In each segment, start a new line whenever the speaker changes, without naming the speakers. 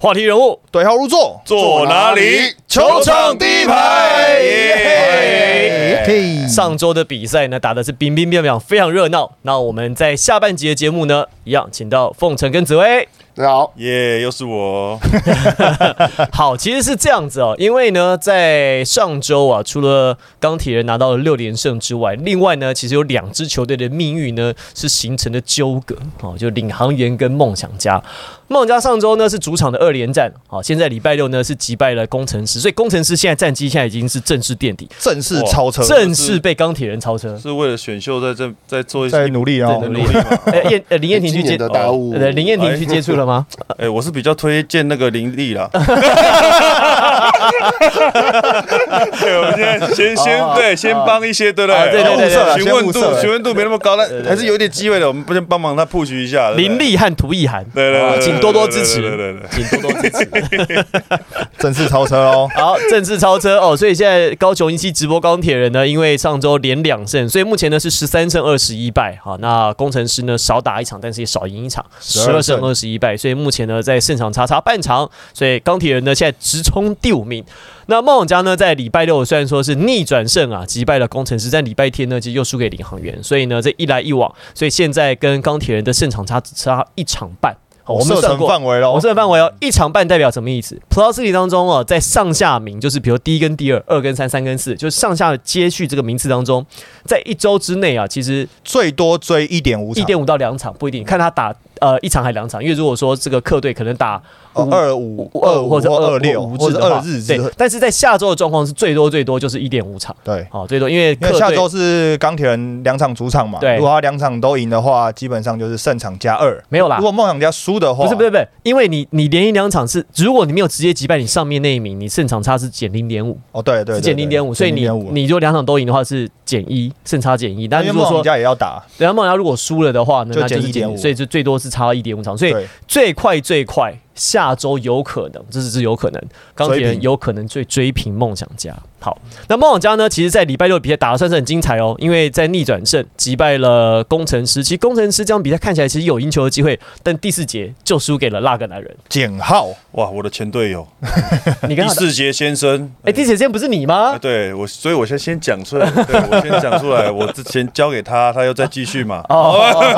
话题人物
对号入座，
坐哪里？
球场第一排。
耶
耶嘿
上周的比赛呢，打的是冰冰冰冰，非常热闹。那我们在下半集的节目呢，一样请到凤城跟紫薇。
大家好，
耶又 是我。
好，其实是这样子哦，因为呢，在上周啊，除了钢铁人拿到了六连胜之外，另外呢，其实有两支球队的命运呢是形成了纠葛哦，就领航员跟梦想家。梦想家上周呢是主场的二连战，好、现在礼拜六呢是击败了工程师，所以工程师现在战绩现在已经是正式垫底，
正式超车，
正式被钢铁人超车。
是为了选秀在这在做一
在
些
努力
在
哦
努。力
努 力嘛。
呃，燕呃林燕婷去
今
接
年的大物
呃林燕婷去接触了吗？
哎，我是比较推荐那个林立 啦。哎对，我们现在先先对，先帮一些对不
啊
对？
对对对对
哦询问
先物色
度
了
询问度没那么高，但
对
还是有点机会的。我们不先帮忙他 push 一下。对不 对
林，立和涂意涵，
对对对
啊
对，对
请多多支持，
对对对对。
请多多支持。。
正式超车哦
好，正式超车哦，所以现在高雄一期直播钢铁人呢，因为上周连两胜，所以目前呢是十三胜二十一败。好，那工程师呢少打一场，但是也少赢一场，十二胜
12胜
二十一败，所以目前呢在胜场差差半场，所以钢铁人呢现在直冲第五名。那梦想家呢在礼拜六虽然说是逆转胜啊，击败了工程师，但礼拜天呢其实又输给领航员，所以呢这一来一往，所以现在跟钢铁人的胜场差只差一场半。好 我们
射
算
程
过，
范围
我
喽
们，这个范围哦，一场半代表什么意思？Plus 里当中哦，在上下名，就是比如第一跟第二、二跟三、三跟四，就是上下接续这个名次当中，在一周之内啊，其实
最多追一点五
一
场，
点五到两场不一定，看他打呃一场还两场，因为如果说这个客队可能打
哦
五
二五
五
二五
或者
或
二
二六
五
或
制
者
的话
二日
对
之，
但是在下周的状况是最多最多就是一点五场，
对。
好、最多因为
因
客
为
队
下周是钢铁人两场主场嘛，
对
如果他两场都赢的话，基本上就是胜场加二。
没有啦
如。果哦梦想家输的话，
不是不是不是，因为你你连赢两场是，如果你没有直接击败你上面那一名，你胜场差是减零点五，
哦，对对，
是减零点五，所以你
你
你就两场都赢的话是减一，胜差减一。但
啊因
如
为
果
梦
说
想家也要打，
人家梦瑶如果输了的话呢，
就
那就是
减
减，
1.5
所以就最多是差一点五场，所以
对，
最快最快下周有可能，这是是有可能，钢铁
追
人
平
有可能最追平梦想家。好，那梦想家呢，其实在礼拜六比赛打得算是很精彩哦，因为在逆转胜击败了工程师。其实工程师这场比赛看起来其实有赢球的机会，但第四节就输给了那个男人。
简浩
哇，我的前队友
你跟他
第
打。
四节先生。
哎，第四节之前不是你
啊
吗？
对我，所以我先先讲出来，对我先讲出来，我之前交给他，他又再继续嘛。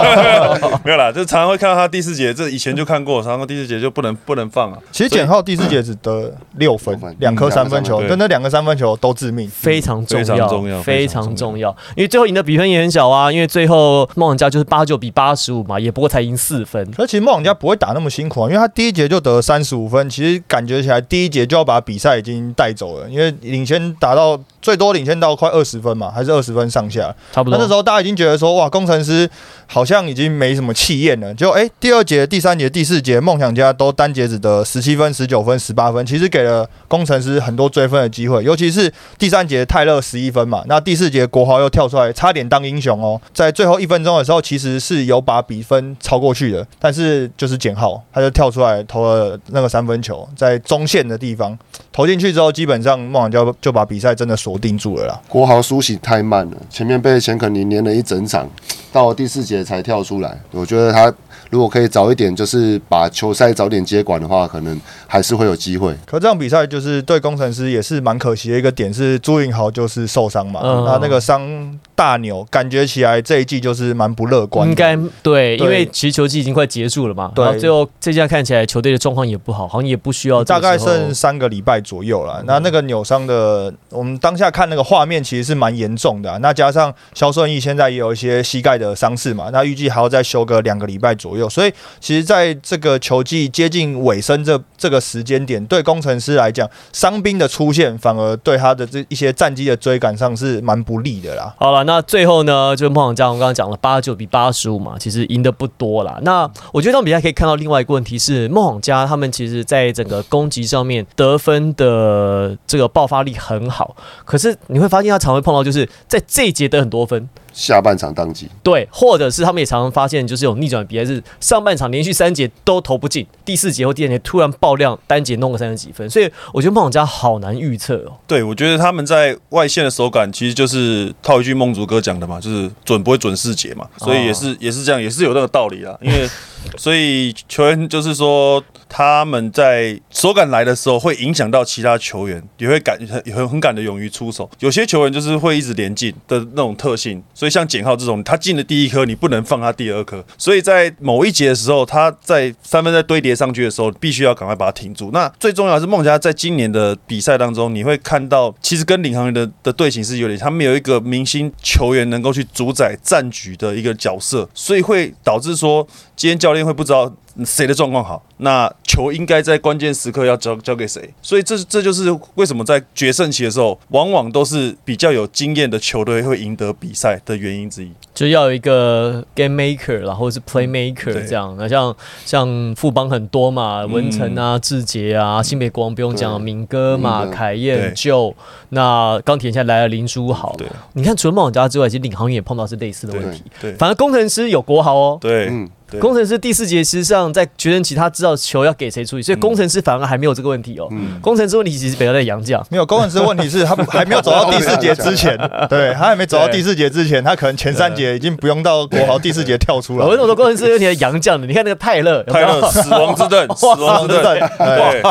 没有啦，就常常会看到他第四节，这以前就看过，常常第四节就不能不能放啊。
其实
所以
简浩第四节只得六分
六分，
两颗
嗯
三分球，
对
但那两个三分球都致命。
非常重
非
要，
常重要
非
非
常
常
重
重
要。因为最后赢的比分也很小啊，因为最后梦想家就是八九比八十五嘛，也不过才赢四分。
可是其实梦想家不会打那么辛苦啊，因为他第一节就得三十五分，其实感觉起来第一节就要把比赛已经带走了，因为领先打到最多领先到快二十分嘛，还是二十分上下。
差不
那
多。
那时候大家已经觉得说，哇，工程师好像已经没什么气焰了。就哎、诶第二节、第三节、第四节，梦想家都单节只得十七分、十九分、十八分，其实给了工程师很多追分的机会，尤其是第三节泰勒十一分嘛，那第四节国豪又跳出来，差点当英雄哦。在最后一分钟的时候，其实是有把比分超过去的，但是就是简浩他就跳出来投了那个三分球，在中线的地方投进去之后，基本上梦想家就把比赛真的锁定住了啦。
国豪苏醒太慢了，前面被钱肯尼连了一整场，到了第四节才跳出来。我觉得他如果可以早一点，就是把球赛早点接管的话，可能还是会有机会。
可这场比赛就是对工程师也是蛮可惜的一个点是朱云豪就是受伤嘛，
嗯
那那个伤大扭，感觉起来这一季就是蛮不乐观的。
应该对，
对
因为其实球季已经快结束了嘛，
对
然后最后这下看起来球队的状况也不好，好像也不需要这
大
个时
概
候，嗯
剩三个礼拜左右了。那那个扭伤的，我们当下看那个画面其实是蛮严重的啊、那加上肖顺义现在也有一些膝盖的伤势嘛，那预计还要再休个两个礼拜左右。所以其实在这个球季接近尾声这这个时间点，对工程师来讲，伤兵的出现反而对他的这一些战绩的追赶上是蛮不利的啦。
好了，那最后呢，就是梦想家，我们刚刚讲了八九比八十五嘛，其实赢的不多啦。那我觉得这场比赛可以看到另外一个问题是，梦想家他们其实在整个攻击上面得分的这个爆发力很好，可是你会发现他常会碰到就是在这一节得很多分，
下半场当机，
对，或者是他们也常常发现，就是有逆转比赛是上半场连续三节都投不进，第四节或第二节突然爆量，单节弄个三十几分，所以我觉得梦想家好难预测哦。
对，我觉得他们在外线的手感其实就是套一句梦竹哥讲的嘛，就是准不会准四节嘛，所以也是、也是这样，也是有那个道理啦。因为所以球员就是说，他们在手感来的时候，会影响到其他球员，也会敢很很很敢的勇于出手。有些球员就是会一直连进的那种特性，所以像简浩这种，他进了第一颗，你不能放他第二颗。所以在某一节的时候，他在三分在堆叠上去的时候，必须要赶快把它停住。那最重要的是，孟加拉在今年的比赛当中，你会看到，其实跟领航员的的队形是有点，他们有一个明星球员能够去主宰战局的一个角色，所以会导致说，今天教练会不知道谁的状况好，那球应该在关键时刻要交交给谁。所以这这就是为什么在决胜期的时候，往往都是比较有经验的球队会赢得比赛的原因之一。
就要有一个 game maker 啦，或者是 play maker
嗯对嗯
这样。那像像富邦很多嘛，文成啊、志杰啊、新北光不用讲了，
对
敏哥嘛、
敏哥
凯燕、
对
就那钢铁现在来了林书豪
对。
你看，除了孟加之外，其实领航员也碰到是类似的问题。
对对
反而工程师有国豪哦。
对，
嗯
对
工程师第四节其实上在决胜期，他知道球要给谁出去，
嗯
所以工程师反而还没有这个问题哦。工程师问题其实北要在杨将，
没有工程师问 题是他不还没有走到第四节之前，对他还没走到第四节之前，他可能前三节已经不用到国豪第四节跳出来
我。跟我说工程师有点杨将的，你看那个泰勒，有没
泰
有
勒死亡之 盾，死亡之盾，对，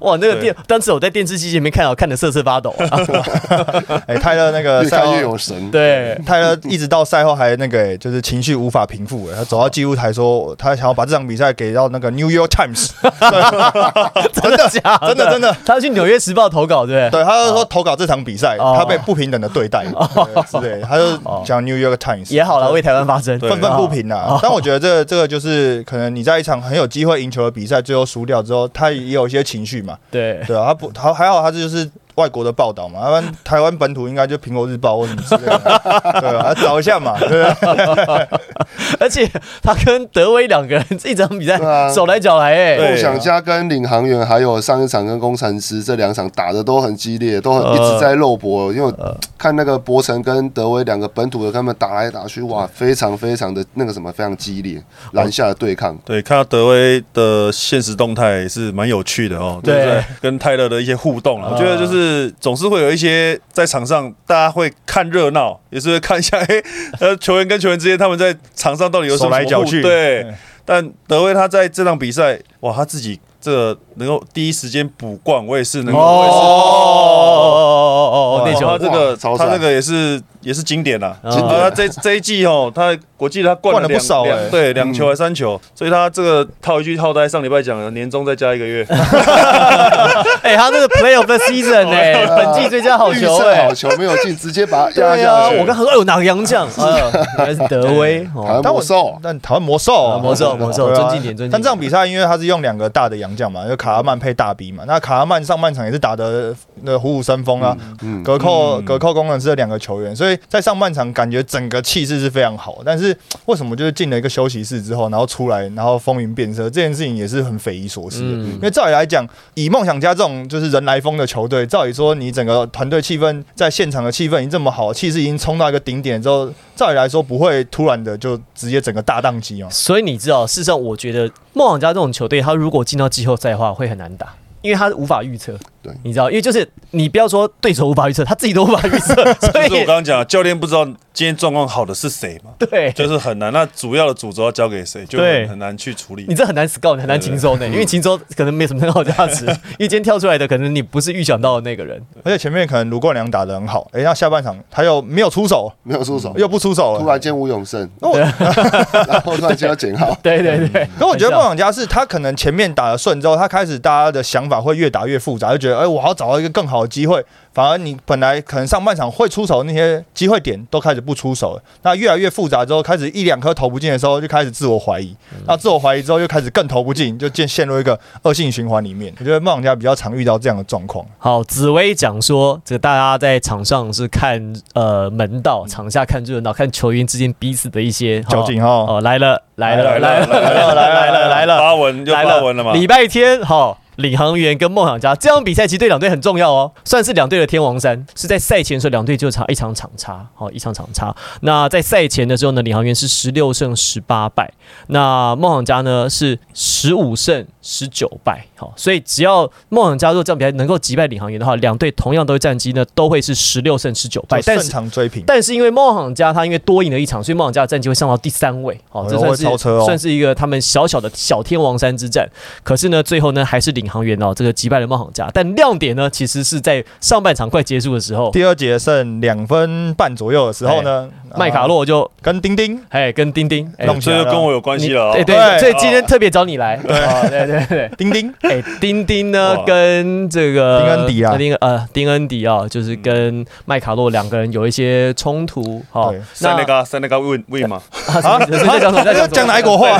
哇，那个电
对，
当时我在电视机前面看到，看得瑟瑟发抖。
哎，泰勒那个
越
赛
看
后
越有神。
对，
泰勒一直到赛后还那个、欸就是情绪无法平复、欸，他走到记录台说他想要把这场比赛给到那个 New York Times，
真的假的？
真的真的，
他要去《纽约时报》投稿，对不对？
对，他就说投稿这场比赛、
哦
他被不平等的对待，
哦
对之类的，他就讲 New York Times
也好了，为台湾发声。
对
愤愤不平
哦
啊！但我觉得这这个就是可能你在一场很有机会赢球的比赛，最后输掉之后，他也有一些情绪嘛，
对，
对啊，他不他还好，他这就是外国的报道嘛，要不然台湾本土应该就苹果日报或什么之类的，对啊，找一下嘛，对啊，
而且他跟德威两个人这一场比赛
对啊
手来脚来，哎，
对
梦想家跟领航员，还有上一场跟工程师这两场打的都很激烈，都
呃
很一直在肉搏。因为我看那个博城跟德威两个本土的，他们打来打去，哇，非常非常的那个什么，非常激烈，篮下的对抗。
对，看到德威的现实动态也是蛮有趣的哦，
对
对不对？跟泰勒的一些互动啊，
啊
我觉得就是总是会有一些在场上大家会看热闹，也是会看一下， 哎，呃，球员跟球员之间他们在场上到底有什么
手来脚
互
去，
对，但德威他在这场比赛，哇，他自己这个能够第一时间补冠，我也是能够，我也是
哦哦哦哦哦，
哇
那
他
球哦
这个
哇超
他
帅
这个也是也是经典啦、啊。
经典
他这这一季哦，他我记得他灌
灌了不
两
少欸
两对，两球还三球，所以他这个套一句套在上礼拜讲的，年终再加一 个月，
哎，他那个 Play of the Season 哎，本季最佳好
预
球
测
哎
好。球没有进，直接把它压
对
下
啊，
去。
我刚很有哪个洋将？啊，原来是德威
台
哦
湾魔兽，
但台湾魔兽啊、
啊魔兽魔兽
对啊
尊敬点尊敬点
但这场比赛，因为他是用两个大的洋将嘛，就卡拉曼配大 B 嘛，那卡拉曼上半场也是打的那虎虎生风啊，
嗯，
隔扣
嗯
隔扣工程师的两个球员，所以在上半场感觉整个气势是非常好。但是为什么就是进了一个休息室之后，然后出来，然后风云变色，这件事情也是很匪夷所思的。
嗯
因为照理来讲，以梦想家这种就是人来疯的球队，照理说你整个团队气氛在现场的气氛已经这么好，气势已经冲到一个顶点之后，照理来说不会突然的就直接整个大宕机哦。
所以你知道，事实上，我觉得梦想家这种球队，他如果进到季后赛的话，会很难打，因为他无法预测。
对
你知道，因为就是你不要说对手无法预测，他自己都无法预测，所
就是我
以
刚刚讲的，教练不知道今天状况好的是谁嘛，
对，
就是很难。那主要的主轴要交给谁，就
对
很很难去处理
你。这很难 scout，很难擒收 呢，因为擒收可能没什么很好价值，因为今天跳出来的可能你不是预想到的那个人。。
而且前面可能卢冠良打得很好，诶，那下半场他又没有出手，
没有出手，
又不出手了，
突然间吴永胜，
那我
然后突然间要剪号
对对对，
可我觉
很
得梦
像
想家是他可能前面打得顺之后，他开始大家的想法会越打越复杂，就觉得哎、我好找到一个更好的机会。反而你本来可能上半场会出手那些机会点都开始不出手了，那越来越复杂之后，开始一两颗投不进的时候就开始自我怀疑，那自我怀疑之后又开始更投不进，就陷陷入一个恶性循环里面。我觉得梦想家比较常遇到这样的状况。
好，紫薇讲说，这个大家在场上是看呃门道，场下看热闹，看球员之间彼此的一些
交劲哈
哦，来了来了来了
来
来了来了来了
发文又
来
发文了嘛？
礼拜天哈，领航员跟梦想家这场比赛其实对两队很重要哦，算是两队的天王山。是在赛前的时候，两队就差一场场差，好、一场场差。那在赛前的时候呢，领航员是十六胜十八败，那梦想家呢是十五胜十九败。好、所以只要梦想家如果这场比赛能够击败领航员的话，两队同样都是战绩呢都会是十六胜十九败
就，
但
胜
是。
场追平。
但是因为梦想家他因为多赢了一场，所以梦想家的战绩会上到第三位，好、
哎
这
呦
算
会
是、
超车哦
算是一个他们小小的小天王山之战。可是呢，最后呢还是领航员哦这个击败了梦想家，但亮点呢其实是在上半场快结束的时候，
第二节剩两分半左右的时候呢，啊
麦卡洛就
跟丁丁
哎跟丁丁哎
弄起来了
这就跟我有关系了哦。
对对，
对
所以今天特别找你来，哦对对对。
丁丁
哎，丁丁呢
哇
跟这个
丁恩迪啊
丁呃丁恩迪啊，就是跟麦卡洛两个人有一些冲突哈
对。
塞内加塞内加 win win 嘛，
啊，什么在讲什么？在讲什么
哎讲哪一国话？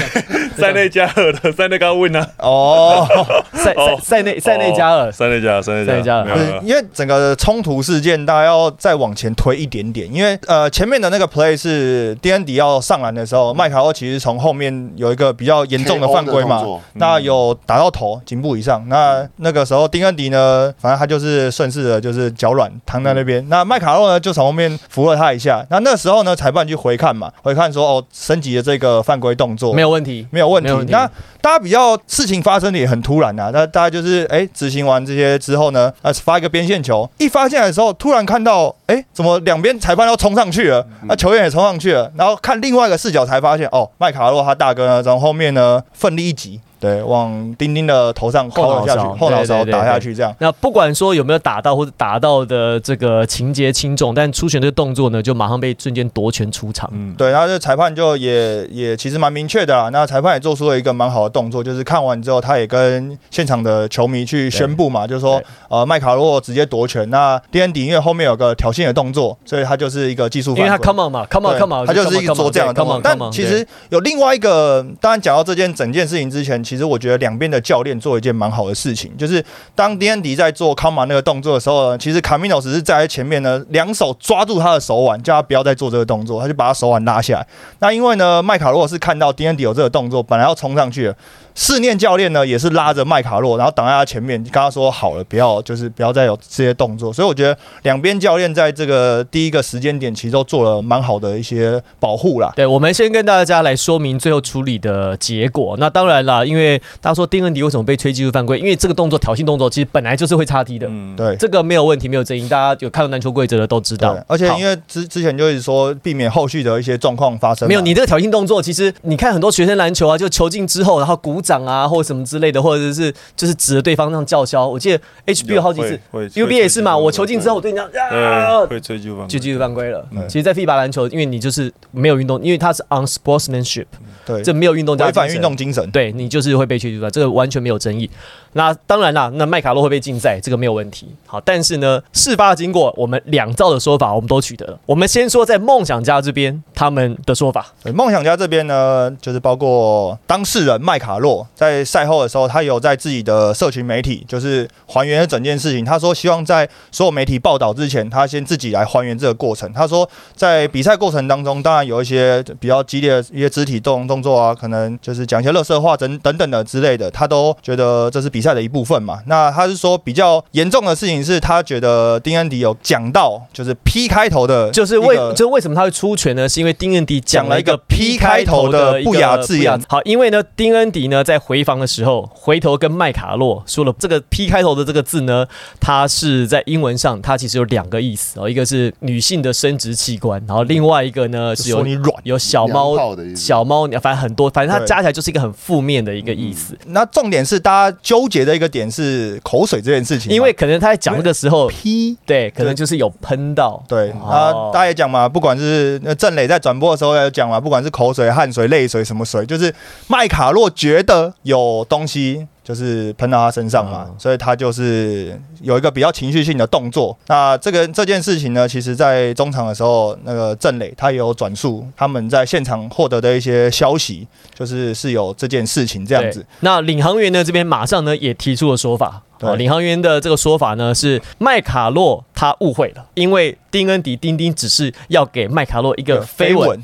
塞内加尔的塞内加 win 啊，
哦，
塞塞塞内塞内加尔
哦，塞内加尔塞内
塞内加尔哎
没有
不
没
是
有，
因为整个冲突事件，大家要再往前推一点点，因为呃前面的那个 play 是 D N D 要上篮的时
嗯
候，麦卡洛其实从后面有一个比较严重的犯规
KO 的
嘛
动作，
那有打到头颈部以上，
嗯
那那个时候丁恩迪呢，反正他就是顺势的，就是脚软躺在那边，
嗯
那麦卡洛呢就从后面扶了他一下，那那时候呢裁判去回看嘛，回看说哦升级的这个犯规动作
没有问题，
没有问题
没有问。题
那大家比较事情发生的也很突然啊，那大家就是哎执、行完这些之后呢，呃发一个边线球，一发进来的时候，突然看到哎、怎么两边裁判都冲上去了，
嗯
那、球员也冲上去了，然后看另外一个视角才发现哦，麦卡洛他大哥呢从后面呢奋力一击，对，往丁丁的头上
后
敲
脑
了下去
勺，
后脑勺
对对对
打下去这样。
那不管说有没有打到或者打到的这个情节轻重，但出拳这个动作呢，就马上被瞬间夺权出场。
嗯，
对，然后这裁判就也也其实蛮明确的啦。那裁判也做出了一个蛮好的动作，就是看完之后，他也跟现场的球迷去宣布嘛，就是说
对
呃麦卡洛直接夺权。那 D N D 因为后面有个挑衅的动作，所以他就是一个技术
因
犯
为他
规。
come on 嘛，come on
对
come on，
他就是
come
一个
on，
做这样的
对
动
come
作
on，。
但
come on，
其
对
实有另外一个，当然讲到这件整件事情之前，其实我觉得两边的教练做一件蛮好的事情，就是当 D N D 在做康马那个动作的时候呢，其实卡米诺只是站在前面呢，两手抓住他的手腕，叫他不要再做这个动作，他就把他手腕拉下来。那因为呢，麦卡洛是看到 D N D 有这个动作，本来要冲上去了。试念教练呢也是拉着麦卡洛，然后挡在他前面，跟他说好了，不要就是不要再有这些动作。所以我觉得两边教练在这个第一个时间点其实都做了蛮好的一些保护啦。
对，我们先跟大家来说明最后处理的结果。那当然啦，因为大家说丁恩迪为什么被吹技术犯规，因为这个动作挑衅动作其实本来就是会擦踢的，
嗯，
对。
这个没有问题，没有争议。大家有看到篮球规则的都知
对
道，。
而且
好
因为之之前就是说避免后续的一些状况发生嘛，
没有你这个挑衅动作，其实你看很多学生篮球啊，就球进之后，然后鼓掌啊，或者什么之类的，或者是就是指着对方这样叫嚣。我记得 HB 有好几次
会会
，UB 也是嘛，
会
我球进之后，我对人家啊
对，，会吹球棒，
就技术犯规了。
嗯
其实，在 FIBA 篮球，因为你就是没有运动，因为它是 unsportsmanship，
对
这没有运动家
违反
精神
运动精神，
对你就是会被驱逐出这个完全没有争议。那当然啦，那麦卡洛会被禁赛，这个没有问题。好，但是呢，事发经过我们两造的说法我们都取得了。我们先说在梦想家这边他们的说法，
对梦想家这边呢，就是包括当事人麦卡洛在赛后的时候，他有在自己的社群媒体就是还原了整件事情。他说希望在所有媒体报道之前，他先自己来还原这个过程。他说在比赛过程当中，当然有一些比较激烈的一些肢体动动作啊，可能就是讲一些乐色话等等等的之类的，他都觉得这是比赛的一部分嘛。那他是说比较严重的事情是，他觉得丁恩迪有讲到就是 P 开头的一个，
就是为就是为什么他会出拳呢？是因为丁恩迪讲了一个
讲了一个
P 开头的
开头的不雅字眼
不雅好，因为呢，丁恩迪呢在回防的时候，回头跟麦卡洛说了这个 P 开头的这个字呢，它是在英文上它其实有两个意思哦，一个是女性的生殖器官，然后另外一个呢是有
说你软。
有小猫
娘炮的意思
小猫，反正很多，反正它
对
加起来就是一个很负面的一个意思。
那重点是大家纠结的一个点是口水这件事情嘛，
因为可能他在讲这个时候，
P
对，可能就是有喷到，
对
哦
啊，大家也讲嘛，不管是呃郑磊在转播的时候也讲嘛，不管是口水、汗水、泪水什么水，就是麦卡洛觉得有东西就是喷到他身上嘛，
嗯
所以他就是有一个比较情绪性的动作。那这个这件事情呢，其实在中场的时候，那个郑磊他也有转述他们在现场获得的一些消息，就是是有这件事情这样子
对。。那领航员呢这边马上呢也提出了说法，
对
哦，领航员的这个说法呢是麦卡洛他误会了，因为丁恩迪丁丁只是要给麦卡洛一个
飞
飞吻
吻，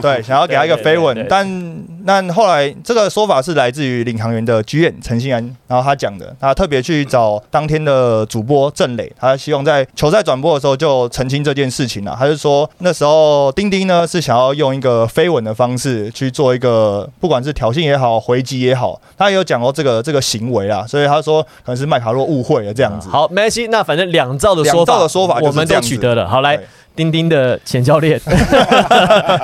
对，想要给他一个飞吻
对对对对，
但但后来这个说法是来自于领航员的剧院陈信安，然后他讲的，他特别去找当天的主播郑磊，他希望在球赛转播的时候就澄清这件事情啊了、他就说那时候丁丁呢是想要用一个飞吻的方式去做一个，不管是挑衅也好，回击也好，他也有讲过这个这个行为啦，所以他说可能是麦卡洛误会了这样子。
嗯好，没关系，那反正两造的说
两
法，
造的说法就是
我们
这
都
样子
取得了。好，来
对，
丁丁的前教练，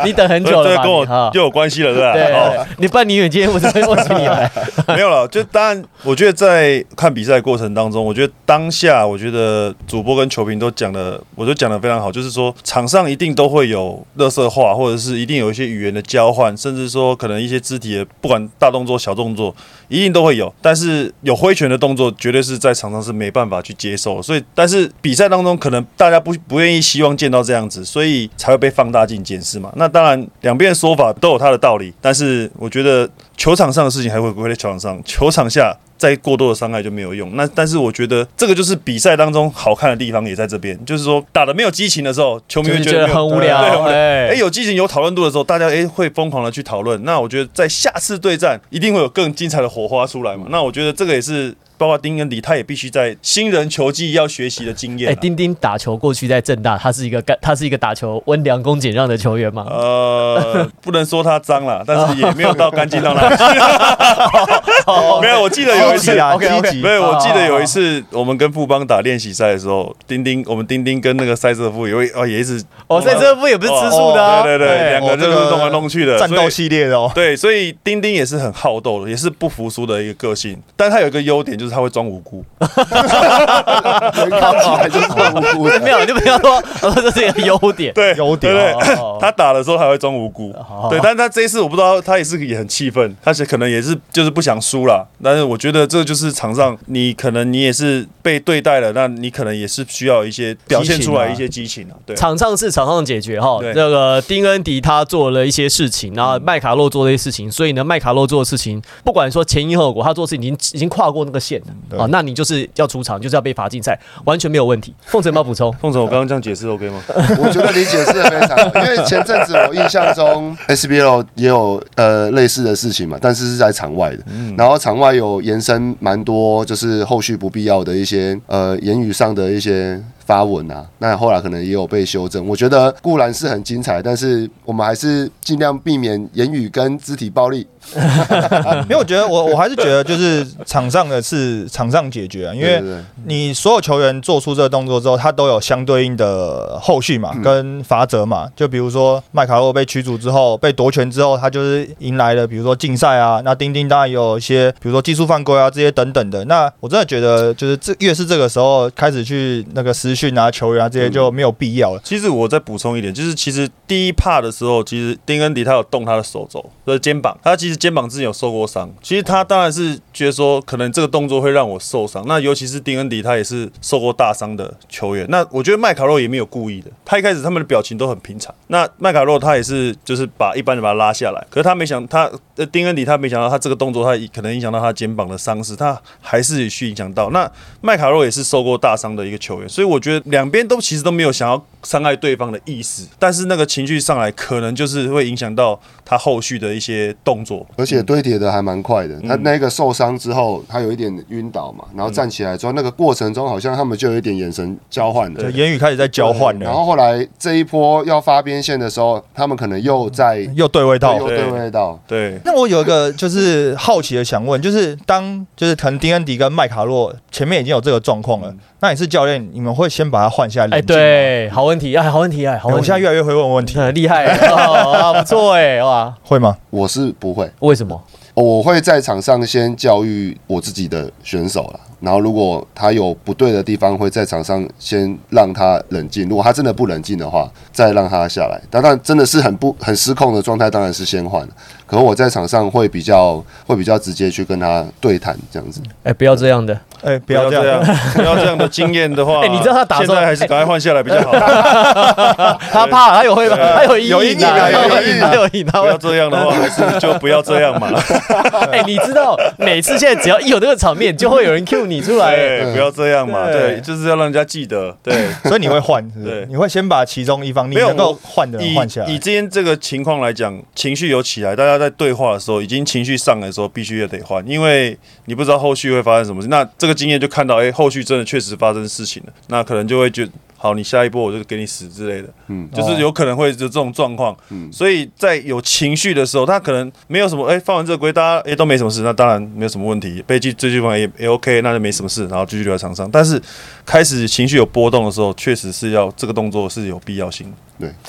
你等很久
这
了
个
吧？
跟
你哈
我又有关系了，
啊
对吧？哦
对，你办你远今天我怎么我 请你啊哎来？
没有了，就当然，我觉得在看比赛过程当中，我觉得当下，我觉得主播跟球评都讲的，我都讲的非常好，就是说场上一定都会有乐色话，或者是一定有一些语言的交换，甚至说可能一些肢体的，不管大动作、小动作，一定都会有。但是有挥拳的动作，绝对是在场上是没办法去接受的。所以，但是比赛当中，可能大家不不愿意希望见到这样子，所以才会被放大镜检视嘛。那当然，两边的说法都有它的道理，但是我觉得球场上的事情还会回归在球场上，球场下再过多的伤害就没有用。那但是我觉得这个就是比赛当中好看的地方，也在这边，就是说打的没有激情的时候，球迷
就
会
是
觉
觉
得
得
没有
很无
对对很
聊，
无聊哎、
哎，
有激情、有讨论度的时候，大家哎、会疯狂的去讨论。那我觉得在下次对战一定会有更精彩的火花出来
嗯
嘛。那我觉得这个也是包括丁跟李，他也必须在新人球技要学习的经验
哎，
啊、
丁丁打球过去在正大，他是一个干，他是一个打球温良恭俭让的球员嘛。
呃，不能说他脏了，但是也没有到干净到 哪里去。
哦
没有，我记得有一
积
次
极啊，积
OK，OK，
极
没。有，我记
哦
得有一次我们跟富邦打练习赛的时候，丁丁，我们丁丁跟那个塞瑟夫也会哦也一直
哦，
呃
在这部也不是吃
哦
素的啊，
对对对，
哎
两个就
哦这
是
个
弄来弄去的
战
所以
斗系列的哦，
对，所以丁丁也是很好斗的，也是不服输的一个个性，但他有一个优点就是他会装无辜。
人看起来就是很无辜的。
没有，你就不要说，我说这是一个优点。
对，
优点
对对
哦
他打的时候还会装无辜
好，
对，但是他这一次我不知道，他也是也很气愤，他是可能也是就是不想输啦。但是我觉得这就是场上你可能你也是被对待了，那你可能也是需要一些表现出来一些激情啊，对。
场上是场上解决哈，
对，
这个丁恩迪他做了一些事情，然后麦卡洛做了一些事情，所以呢，麦卡洛做的事情，不管说前因后果，他做的事情已经已经跨过那个线了
对
啊，那你就是要出场，就是要被罚禁赛，完全没有问题。凤城要补充
凤城，我刚刚这样解释 OK 吗？
我觉得你解释的非常好，因为前阵子我印象中 SBL 也有呃类似的事情嘛，但是是在场外的，然后场外有延伸蛮多，就是后续不必要的一些呃言语上的一些。发文啊，那后来可能也有被修正。我觉得固然是很精彩，但是我们还是尽量避免言语跟肢体暴力。
因为我觉得我我还是觉得就是场上的是场上解决啊，因
对
为
对对
你所有球员做出这个动作之后，他都有相对应的后续
嗯
嘛，跟罚则嘛。就比如说麦卡洛被驱逐之后，被夺权之后，他就是迎来了比如说禁赛啊，那丁丁当然也有一些比如说技术犯规啊这些等等的。那我真的觉得就是这越是这个时候开始去那个私讯啊球员啊这些就没有必要了。
其实我再补充一点，就是其实第一帕的时候，其实丁恩迪他有动他的手肘，就是肩膀，他其实肩膀之前有受过伤。其实他当然是觉得说，可能这个动作会让我受伤。那尤其是丁恩迪，他也是受过大伤的球员。那我觉得麦卡洛也没有故意的，他一开始他们的表情都很平常。那麦卡洛他也是就是把一般人把他拉下来，可是他没想他呃丁恩迪他没想到他这个动作他可能影响到他肩膀的伤势，他还是去影响到。那麦卡洛也是受过大伤的一个球员，所以我觉得两边都其实都没有想要伤害对方的意思，但是那个情绪上来，可能就是会影响到他后续的一些动作。
而且堆叠的还蛮快的。他那个受伤之后，他有一点晕倒嘛，然后站起来之后，那个过程中好像他们就有一点眼神交换了
就。言语开始在交换
然后
了，
后来这一波要发边线的时候，他们可能又在
又对味道
又。对位到，
对，
那我有一个就是好奇的想问，就是当就是可能丁恩迪跟麦卡洛前面已经有这个状况了，
嗯
那你是教练，你们会先把他换下来？
哎，，对，好问题，哎，好问题，哎，好
我
问
现
题
在，越来越会问问题，
很厉害，哦啊，不错哎，哇，
会吗？
我是不会，
为什么？
我会在场上先教育我自己的选手啦。然后如果他有不对的地方，会在场上先让他冷静。如果他真的不冷静的话，再让他下来。当然，真的是很不很失控的状态，当然是先换。可能我在场上会比较会比较直接去跟他对谈这样子。
哎，不要这样的，
哎，不
不
要
要
这
这样
样，，
不要这样的经验的话，
哎你知道他打
现
中
在还是赶快换下来比较好，
他怕，他有会，他有阴
哎有
影
阴影
啊，
啊有
阴影，
阴影
他
啊
有阴影，他
不
会
要这样的话，还是就不要这样嘛，
哎、你知道，每次现在只要一有这个场面，就会有人 cue 你出来。
对，不要这样嘛，
对
对，就是要让人家记得，对。
所以你会换，是不是
对
你会先把其中一方你
没有
能够
我
换的人
以
换下来
以。今天这个情况来讲，情绪有起来，大家在对话的时候，已经情绪上来的时候，必须也得换，因为你不知道后续会发生什么事。那这个经验就看到，哎、后续真的确实发生事情了，那可能就会觉好，你下一波我就给你死之类的，
嗯
嗯，就是有可能会有这种状况，
嗯
所以在有情绪的时候，他可能没有什么，哎、放完这个规，大家哎、都没什么事，那当然没有什么问题，被追追剧方也也 OK，那就没什么事，然后继续留在场上。但是开始情绪有波动的时候，确实是要这个动作是有必要性的。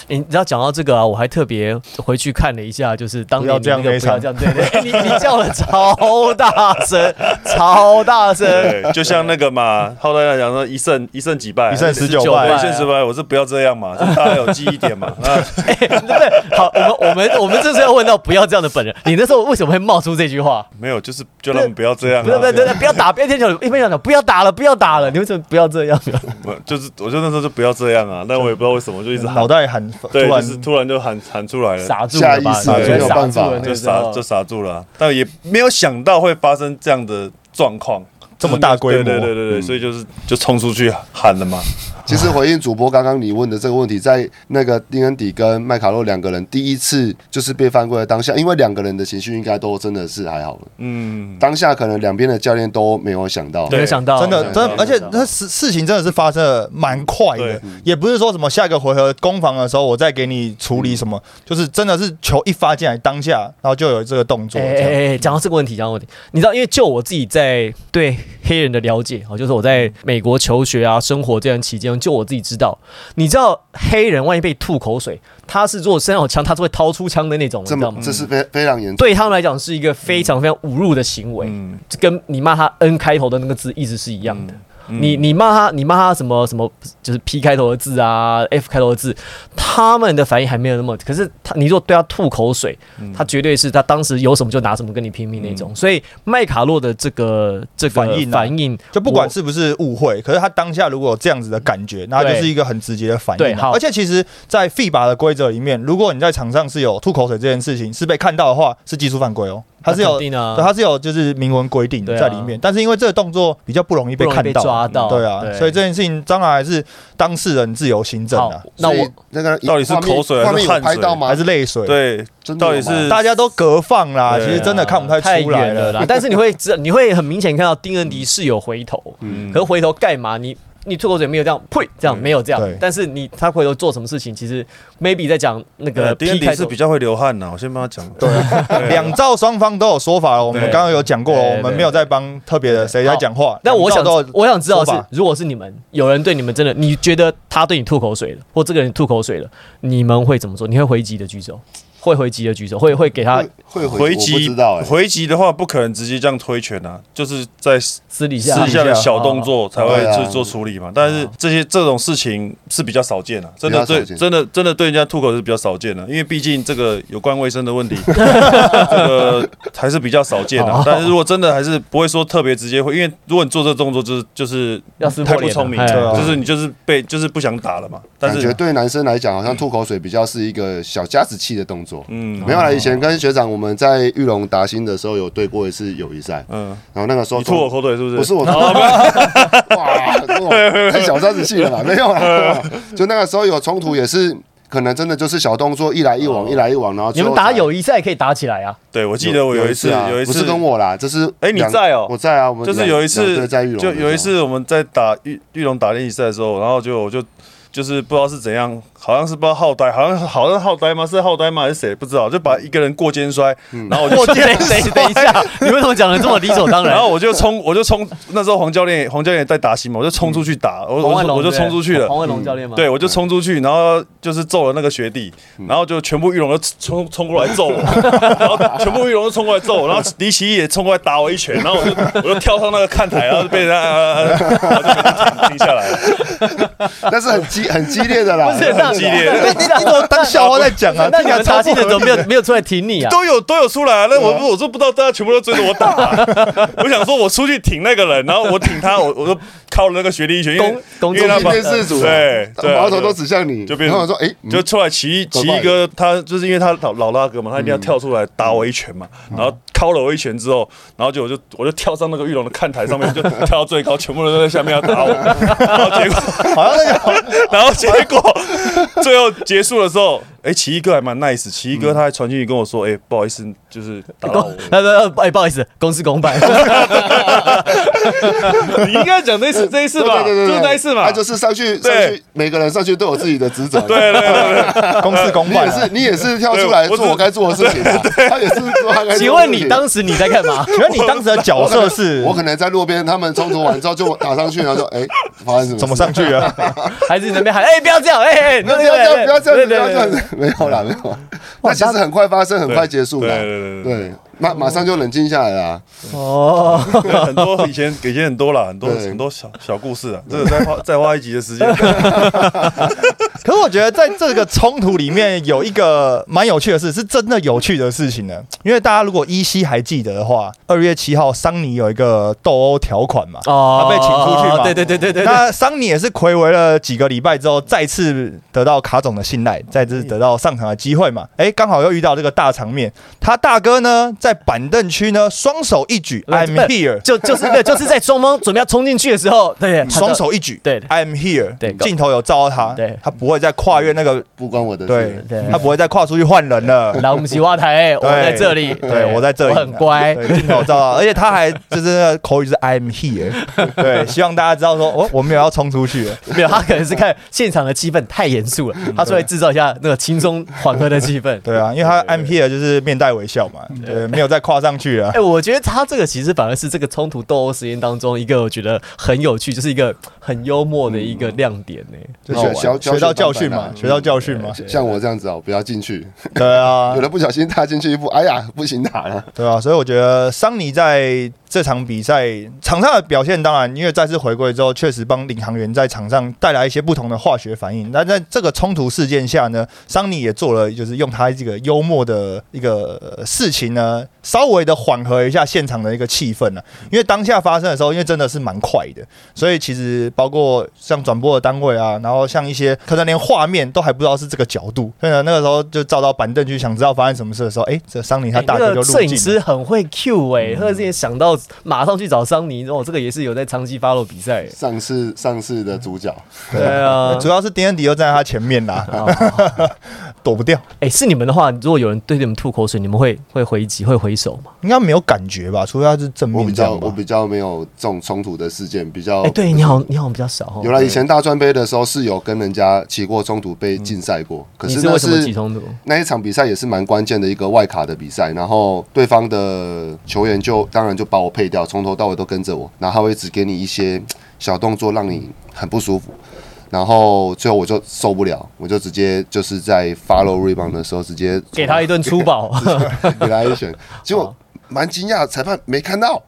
你知道讲到这个啊，我还特别回去看了一下，就是当年
不要这样
你那个
那一
不要
场
这样，对对，你你叫了超大声，超大声，
对，就像那个嘛，后来讲说一胜一胜几败啊，
一胜
对
十九
19败
败，
一胜十败，我是不要这样嘛，这大家有记忆 点嘛。啊那
哎、对不对？好，我们我们我们这是要问到不要这样的本人，你那时候为什么会冒出这句话？
没有，就是 就让他们不要这样啊。
不对不对对对，不要打，不要天桥，一边讲讲不要打了，不要打了，你为什么不要这样？
我就是我就那时候就不要这样啊，但我也不知道为什么，就一直 喊
脑，袋喊，突
对，就
然
是突然就喊喊出来了。
傻住了吧？
下意识
对
没有
傻
办
住
法
了，
就傻就傻住了啊、但也没有想到会发生这样的状况，
这么大规模嗯
对对对对对，所以就是就冲出去喊了嘛。
其实回应主播刚刚你问的这个问题，在那个丁恩迪跟麦卡洛两个人第一次就是被犯规的当下，因为两个人的情绪应该都真的是还好了，
嗯，
当下可能两边的教练都没有想到。
没有想到，
真的，真的
对，
而且那事事情真的是发生的蛮快的
对，
也不是说什么下个回合攻防的时候我再给你处理什么，就是真的是球一发进来当下，然后就有这个动作，
哎哎
这样
哎哎，讲到这个问题，讲到问题，你知道，因为就我自己在对黑人的了解，哦，就是我在美国求学啊、生活这段期间，就我自己知道，你知道黑人万一被吐口水，他是如果身上有枪，他是会掏出枪的那种，你
这
知道
么
嗯
吗？
这是非非常严重，
对他们来讲是一个非常非常侮辱的行为，
嗯
这跟你骂他 N 开头的那个字意思是一样的。
嗯
你你骂他，你骂他什么什么，就是 P 开头的字啊，F 开头的字，他们的反应还没有那么。可是他，你如果对他吐口水，
嗯
他绝对是他当时有什么就拿什么跟你拼命那种。所以麦卡洛的这个这个
反应啊
反应，
就不管
我
是不是误会，可是他当下如果有这样子的感觉，那他就是一个很直接的反
对
应
好
啊。而且其实，在 FIBA 的规则里面，如果你在场上是有吐口水这件事情是被看到的话，是技术犯规哦，他是有
肯定啊
对，它是有就是明文规定在里
对啊
面，但是因为这个动作比较不容易被
不容易
看
被
到，
抓到
对啊，
对
所以这件事情当然还是当事人自由行政
好
啊，，
那
所
我
以那个
到底是
画面
口水还是
画面有
汗水
拍到吗？
还是泪水，，
对，
真的
到
有
底
吗
是
大家都隔放啦，
对
其
啊
实真的看不
太
出来
远 了啦。但是你会知，你会很明显看到丁恩迪是有回头，
嗯
可是回头干嘛？你你吐口水没有这样，呸，这样
对
没有这样
对。
但是你他回头做什么事情，其实 maybe 在讲那个
呃，第
P
一
开
是
头
比。较会流汗呐，我先帮他讲。
对啊， 两造双方都有说法了，我们
对
刚刚有讲过了，
对对
我们没有在帮特别的谁在讲话。
但我
两
想
造都有
我想知道的
说
是
法，
如果是你们有人对你们真的，你觉得他对你吐口水了，或这个人吐口水了，你们会怎么做？你会回击的举手，会回击的举手，会会给他
会会
回
击，我不
击
知道哎、
回击的话，不可能直接这样推拳啊，就是在私
私底下啊哦
私底
下的小动作才会
对啊
去做处理嘛。但是这些这种事情是比较少见的、真的
比较
对
少见
真的真的对人家吐口是比较少见的、啊因为毕竟这个有关卫生的 问题，这个还是比较少见的、啊
哦
但是如果真的还是不会说特别直接会，因为如果你做这个动作就是就是
要撕破
太不
脸
聪
了
明，
哎
对啊
就是你就是被就是不想打了嘛。但
感觉
是
对男生来讲，好像吐口水比较是一个小家子气的动作。
嗯
没有啦，以前跟学长我们在玉龙打新的时候有对过一次友谊赛，
嗯，
然后那个时候
你吐我口水是哦不是？
不是我吐， 哇，这种太小家子气 了啦，没有啦，
嗯
就那个时候有冲突也是。可能真的就是小动作，一来一
哦
往，一来一往，然后
你
最后
们打
才
友谊赛可以打起来啊！
对我记得我有一次
啊
有一次
不是跟我啦，这是
哎你
两
在哦
我在啊，我们
就是
两
有一
两队
次
在玉龙，
就有一，次我们在打玉玉龙打练习赛的时候，然后就我就就是不知道是怎样，好像是不知道浩呆，好像好像是浩呆吗？是浩呆吗？还是谁？不知道，就把一个人过肩摔，
嗯
然后我就
我等 等等一下，你为什么讲的这么理所当 然
然？后我就冲，我就冲，那时候黄教练黄教练也在打新嘛，我就冲出去打，我
黄
我
万
就
龙
我就
对不对
冲出去了
黄。万龙教练吗？
对，，我
嗯
就冲出去，然后就是揍了那个学弟，然后就全部玉龙都冲冲过来揍 我，然后全部玉龙都冲过来揍我，然后李奇义也冲过来打我一拳，然后我就我就跳上那个看台，然后就被人家、呃呃呃然后就被人家停停下来了。
但是很激很激烈的啦，
不是，那
很激烈
你你你怎么当笑话在讲啊？
那你
听起来
们
超
查
不
清
合
的
理
怎么没有没有出来挺你啊？
都有都有出来、啊，那我我说不知道大家全部都追着我 打、我想说我出去挺那个人，然后我挺他，我我就靠了那个学历医学院
公，公
因为他
众
把
电视组
对对啊
矛头都指向你，
就变
然后我说哎，你
就出来奇
搞
奇
不好
一哥，他就是因为他老老大哥嘛，他一定要跳出来打我一拳嘛，然后敲了我一拳之后，然后就我就我就跳上那个玉龙的看台上面，就跳到最高，全部人都在下面要打我，然后结果
好像那个
然后结果最后结束的时候，哎，奇一哥还蛮 nice，奇一哥他还传讯息跟我说，哎，不好意思，就是打到
公
我，
呃不呃不哎不好意思，公事公办。
你应该讲这一 次这一次吧，
对
啊
对对对
就是那一次嘛
他，就是上去上
对
去，每个人上去都有自己的职责。
对对对对，
公事公
你
办
也
啊
是，。你也是跳出来
对我
做我该做的事情 啊，他也是做他该做的事情。
请问你当时你在干嘛？
请问你当时的角色是
我可能在路边，他们冲突完之后就打上去，然后就哎，发生什么事？
怎么上去啊？
还是你那边喊哎不要这样哎哎
不要这样，不要这样，
对
不
对
要这
对
样，子，没有啦，没有啦。 那其实很快发生，很快结束的。
对对对对
对，马马上就冷静下来啦。
哦。
对很多以前以前很多啦，很多
对
很多小小故事啊，这个再花再花一集的时间，
可是我觉得在这个冲突里面有一个蛮有趣的事，是真的有趣的事情呢。因为大家如果依稀还记得的话，二月七号桑尼有一个斗殴条款嘛，
哦
他被请出去嘛。
对对对对对对。
那桑尼也是暌违了几个礼拜之后，再次得到卡总的信赖，再次得到上场的机会嘛。哎，刚好又遇到这个大场面，他大哥呢在板凳区呢双手一举，I'm here，
就就是对，就是在双方准备要冲进去的时候，对，他的
双手一举，
对
，I'm here，
对
镜头有照到他，
对
他不会再跨越那个，
不关我的
对
事。
对，
他不会再跨出去换人了。
来我们洗花台，哎我在这里，
对，我在这里，
我很乖，
对镜头照到，而且他还就是那个口语是 I'm here，对，希望大家知道说，哦我我没有要冲出去，
没有，他可能是看现场的气氛太严肃了，他出来制造一下那个轻松缓和的气氛。
对嗯啊，因为他 I'm here 就是面带微笑嘛，对，没有再跨上去啊
哎、，我觉得他这个其实反而是这个冲突斗殴实验当中一个我觉得很有趣，就是一个很幽默的一个亮点呢、
就
好玩
学小
哦学到教训
教学版
嘛，
本啊
学到教训嘛，
像我这样子哦，不要进去。
对啊
有，的不小心踏进去一步，哎呀，不行打了。
对啊，所以我觉得桑尼在这场比赛场上的表现，当然因为再次回归之后，确实帮领航员在场上带来一些不同的化学反应。那在这个冲突事件下呢，桑尼也做了，就是用他这个幽默的一个呃事情呢，稍微的缓和一下现场的一个气氛啊呢、因为当下发生的时候，因为真的是蛮快的，所以其实包括像转播的单位啊，然后像一些可能连画面都还不知道是这个角度，所以呢，那个时候就照到板凳去，想知道发生什么事的时候，哎，这桑尼他
哎
大
那
哥就
个
入
摄
镜
影
了。
师很会 Q 哎、或者之前想到马上去找桑尼，哦，这个也是有在长期 follow 比赛、
上次上次的主角，
对啊，
主要是 D N 迪又站在他前面啦，
哦好
躲不掉，
哎、是你们的话，如果有人对你们吐口水，你们会会回击，会回手吗？
应该没有感觉吧？除非他是
嗯
正
我比
面这
较
样吧
我比较没有这种冲突的事件，比较
哎、对你好，你好像比较少哦
哦有。了。以前大专杯的时候是有跟人家起过冲突，被禁赛过。可
嗯你
是
是
那
为什么
是
起冲突？
那一场比赛也是蛮关键的一个外卡的比赛，然后对方的球员就当然就把我配掉，从头到尾都跟着我，然后他会一直给你一些小动作，让你很不舒服。然后最后我就受不了，我就直接就是在 follow rebound 的时候直接
给他一顿粗暴，
给他一拳，结果蛮惊讶，裁判没 看到，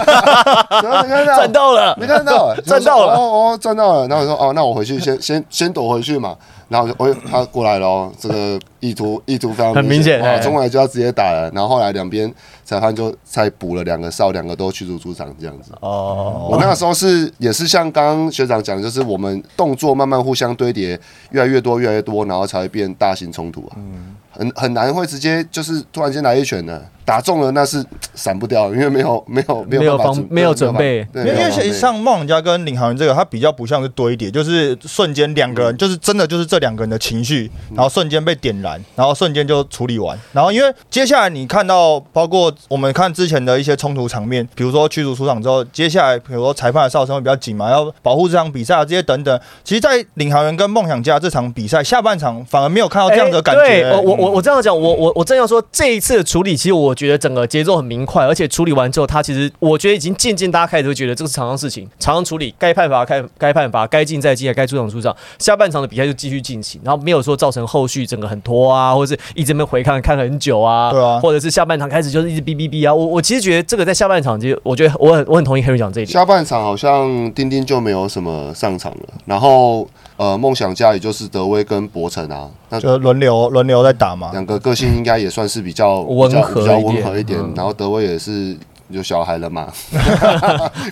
然后没看到，
赚到了
没。看到、欸，
赚到了
然后我说哦哦，赚到了。然后我说哦，那我回去先先先躲回去嘛。然后我就，哦，他过来了哦，这个意图意图非常
很明显
哇
哎
冲过来就要直接打了。然后后来两边裁判就再补了两个哨，两个都驱逐出场这样子。
哦，
我那时候是也是像刚刚学长讲的，就是我们动作慢慢互相堆叠，越来越多，越来越多，然后才会变大型冲突啊。
嗯
很很难会直接就是突然间来一拳的，打中了那是闪不掉，因为没有没有没有
没有
办法
防
准
没有准备
对，
因为因
没有
为
防备
像像梦想家跟领航员这个，他比较不像是堆叠，就是瞬间两个
嗯
人，就是真的就是这两个人的情绪，然后瞬间被点燃，然后瞬间就处理完。然后因为接下来你看到，包括我们看之前的一些冲突场面，比如说驱逐出场之后，接下来比如说裁判的哨声会比较紧嘛，要保护这场比赛啊，这些哦等等。其实，在领航员跟梦想家这场比赛下半场反而没有看到这样子的感觉、嗯
哎对我我我我这样讲，我我我正要说这一次的处理，其实我觉得整个节奏很明快，而且处理完之后，他其实我觉得已经渐渐大家开始会觉得这个是常常事情，常常处理，该判罚该该判罚，该进再进，该出场出场。下半场的比赛就继续进行，然后没有说造成后续整个很拖啊，或者是一直没回看看很久啊，
对啊
或者是下半场开始就是一直哔哔哔啊。我我其实觉得这个在下半场，其实我觉得我很我很同意 Henry 讲这一点。
下半场好像丁丁就没有什么上场了，然后呃，梦想家也就是德威跟博成啊，那
就轮流轮流在打嘛。
两个个性应该也算是比较
温和
比较比较
一点
温和一点。然后德威也是有小孩了嘛，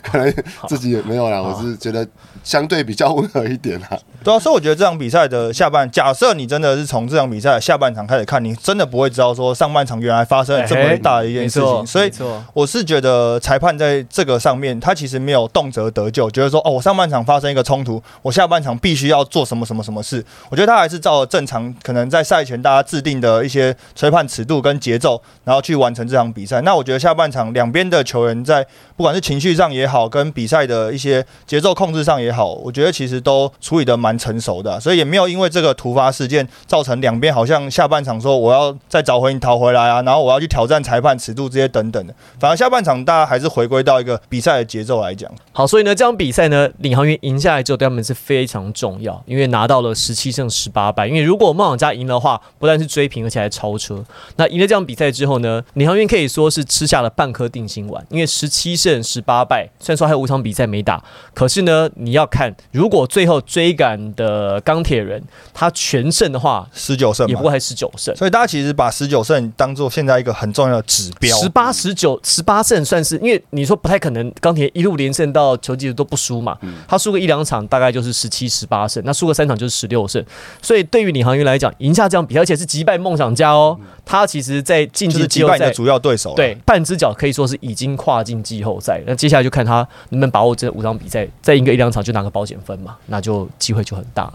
可能自己也没有啦。我是觉得相对比较温和一点啦。
对啊，所以我觉得这场比赛的下半，假设你真的是从这场比赛的下半场开始看，你真的不会知道说上半场原来发生了这么大的一件事
哎没
情。
错
所
没
以
错
我是觉得裁判在这个上面，他其实没有动辄得咎，觉得说哦，我上半场发生一个冲突，我下半场必须要做什么什么什么事。我觉得他还是照着正常，可能在赛前大家制定的一些吹判尺度跟节奏，然后去完成这场比赛。那我觉得下半场两边的球员在不管是情绪上也好，跟比赛的一些节奏控制上也好，我觉得其实都处理得蛮成熟的啊、所以也没有因为这个突发事件造成两边好像下半场说我要再找回你讨回来啊，然后我要去挑战裁判尺度这些等等的，反而下半场大家还是回归到一个比赛的节奏来讲。
好，所以呢，这场比赛呢，领航员赢下来之后，对他们是非常重要，因为拿到了十七胜十八败。因为如果梦想家赢的话，不但是追平，而且还超车。那赢了这场比赛之后呢，领航员可以说是吃下了半颗定心丸，因为十七胜十八败，虽然说还有五场比赛没打，可是呢，你要看，如果最后追赶的钢铁人他全胜的话，
十九胜
也
嘛
不，过还十九胜。
所以大家其实把十九胜当做现在一个很重要的指标。
十八、十九、十八胜算是，因为你说不太可能，钢铁一路连胜到球季都不输嘛。
嗯
他输个一两场，大概就是十七、十八胜，那输个三场就是十六胜。所以对于领航员来讲，赢下这场比赛，而且是击败梦想家哦，他其实在晋
嗯就
级
是
季
击
后
败你
赛
的主啊要对手了，
对半只脚可以说是已经跨进季后赛。那接下来就看他能不能把握这五场比赛，再赢个一两场就拿个保险分嘛，那就机会就很大了。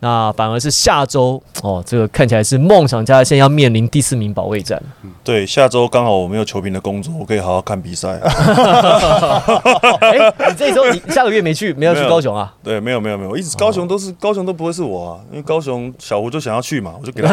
那反而是下周哦，这个看起来是梦想家现在要面临第四名保卫战。
对，下周刚好我没有球评的工作，我可以好好看比赛。啊
哎、你这周你下个月没去，没有去高雄啊？
对，没有没有没有，我一直高雄都是、
哦
高雄都不会是我啊，因为高雄小胡就想要去嘛，我就 给他。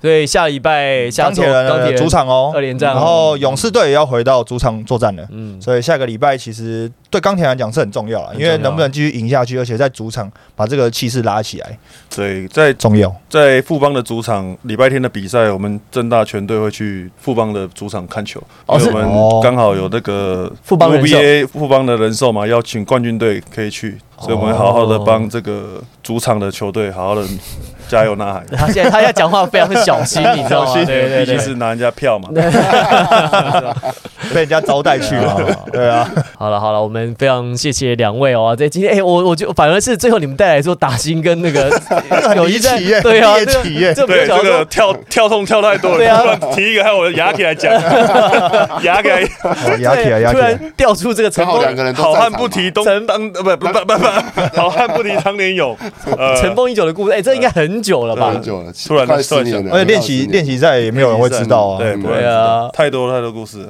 所以下礼拜下
钢
周
铁人的主场哦，
二连战哦
然后勇士队也要回到主场作战了，
嗯，
所以下个礼拜其实对钢铁人来讲是很重要了，
很重
因
要
为能不能继续赢下去，而且在主场把这个气势拉起来
对，在
重要。
在富邦的主场，礼拜天的比赛，我们正大全队会去富邦的主场看球，
哦
因
是
为我们
哦
刚好有那个
富邦人寿
NBA 富邦的人寿嘛，邀请冠军队可以去，所以我们好好的
哦
帮这个主场的球队好好的加油呐喊。
他现在他现在讲话非常小心， 你 知道吗？对对对
毕竟是拿人家票嘛。
被人家招待去了，对啊，
好了好了，我们非常谢谢两位哦。在今天，哎、我我就反而是最后你们带来说打新跟那个有一战
离奇耶，
对啊，
猎奇耶
这个这没有
对，
想到
这个
说。
跳跳痛跳太多
对啊
了，突然提一个，还有我的牙给来 讲，牙给来
哦压起
对
来压
突
起来，
然调出这个
刚
成
好
功
两个人都
好
在
汉
场
不
嘛
提东当，呃不不不不不，好汉不提当年勇，呃
尘封已久的故事，哎、这应该很久了吧
很？久了，
突然
快
突
四
然
年了，
而且呃练习练习赛也没有人会知道啊，
嗯
对，不会
对啊
太多太多 故事。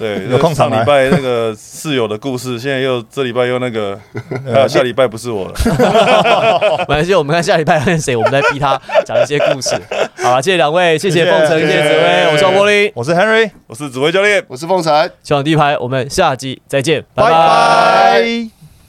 对，
有空常
上
来
礼拜那个室友的故事，现在又这礼拜又那个， 还有下礼拜不是我了。
没关系，我们看下礼拜看谁，我们再逼他讲一些故事。好了，谢谢两位，谢谢
谢谢
凤城，谢谢紫
谢
薇，
谢
我是王柏林，
我是 Henry，
我是指挥教练。
我是凤城。
球场第一排，我们下集再见，拜
拜
拜。
拜。